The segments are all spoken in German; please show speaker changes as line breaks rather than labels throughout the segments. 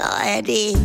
ARD.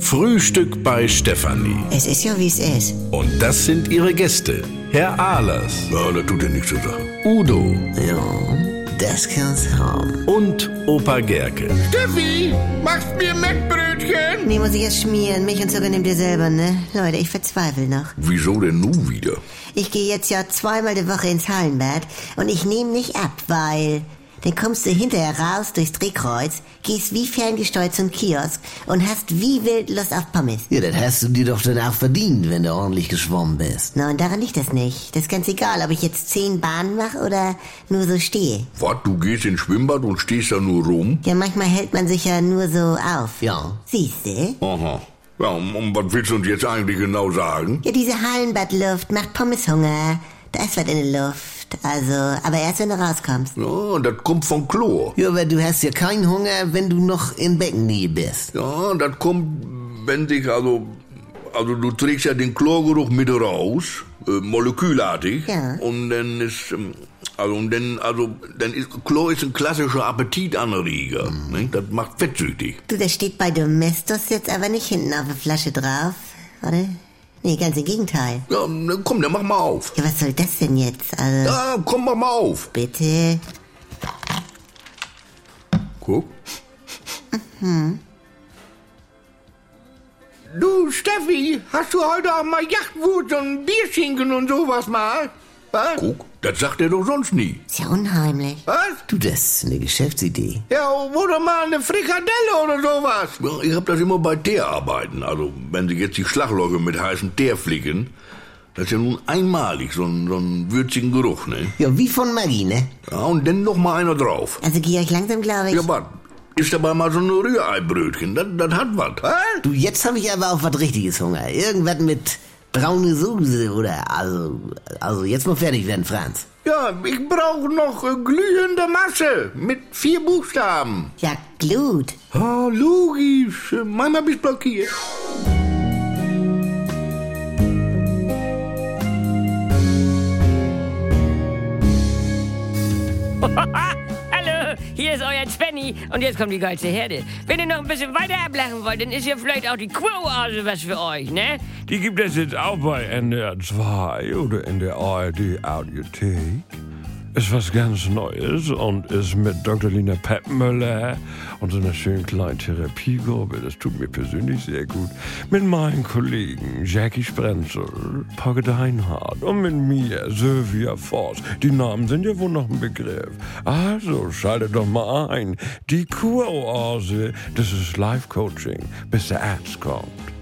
Frühstück bei Stefanie.
Es ist ja, wie es ist.
Und das sind ihre Gäste. Herr Ahlers,
Ja, das tut ja nichts zur Sache.
Udo
Ja, das kann's haben.
und Opa Gerke.
Steffi, machst mir Mettbrötchen?
Nee, muss ich jetzt schmieren. Milch und Zucker nehmt ihr selber, ne? Leute, ich verzweifle noch.
Wieso denn nun wieder?
Ich gehe jetzt ja zweimal die Woche ins Hallenbad und ich nehme nicht ab, weil... Dann kommst du hinterher raus durchs Drehkreuz, gehst wie ferngesteuert zum Kiosk und hast wie wild Lust auf Pommes.
Ja, das hast du dir doch dann auch verdient, wenn du ordentlich geschwommen bist.
Na, und daran liegt das nicht. Das ist ganz egal, ob ich jetzt zehn Bahnen mache oder nur so stehe.
Was, du gehst ins Schwimmbad und stehst da nur rum?
Ja, manchmal hält man sich ja nur so auf.
Ja.
Siehste?
Aha. Ja, und, und was willst du uns jetzt eigentlich genau sagen?
Ja, diese Hallenbadluft macht Pommeshunger. Da ist was in der Luft. Also, aber erst wenn du rauskommst.
Ja, das kommt von Chlor.
Ja, aber du hast ja keinen Hunger, wenn du noch in Beckennähe bist.
Ja, das kommt, wenn sich also... Also du trägst ja den Chlorgeruch mit raus, äh, molekülartig.
Ja.
Und dann ist... ähm, Also, und dann, also, dann ist, Chlor ist ein klassischer Appetitanreger. Ne? Das macht fettsüchtig.
Du, das steht bei Domestos jetzt aber nicht hinten auf der Flasche drauf. Oder? Nee, ganz im Gegenteil.
Ja, na, komm, dann mach mal auf.
Ja, was soll das denn jetzt? Also,
Ja, komm, mach mal auf.
bitte.
Guck. Mhm.
Du, Steffi, hast du heute auch mal Yachtwut und Bierschinken und sowas mal? Was?
Guck, das sagt er doch sonst nie.
Ist ja unheimlich.
Was?
Du, das ist eine Geschäftsidee.
Ja, oder mal eine Frikadelle oder sowas.
Ja, ich hab das immer bei Teerarbeiten. Also, wenn sie jetzt die Schlaglocke mit heißem Teer flicken, das ist ja nun einmalig, so einen, so einen würzigen Geruch, ne?
Ja, wie von Maggi, ne?
Ja, und dann noch mal einer drauf.
Also, geh euch langsam, glaube ich.
Ja, was? Ist dabei mal so ein Rührei-Brötchen. Das, das hat was.
Was?
Du, jetzt habe ich aber auf was richtiges Hunger. Irgendwas mit braune Soße oder... Also, also jetzt mal fertig werden, Franz.
Ja, ich brauche noch äh, glühende Masse mit vier Buchstaben.
ja Glut.
Oh, logisch. Äh, Manchmal bist du blockiert.
Hallo, hier ist euer Svenny und jetzt kommt die geilste Herde. Wenn ihr noch ein bisschen weiter ablachen wollt, dann ist hier vielleicht auch die Quo-Ase was für euch, ne?
Die gibt es jetzt auch bei NDR 2 oder in der ARD Audiothek. Ist was ganz Neues und ist mit Dr. Lina Peppmüller und so einer schönen kleinen Therapiegruppe, das tut mir persönlich sehr gut, mit meinen Kollegen Jackie Sprenzel, Pogge Deinhardt und mit mir, Sylvia Voss. Die Namen sind ja wohl noch ein Begriff. Also schaltet doch mal ein. Die Kuroase, das ist Life-Coaching, bis der Arzt kommt.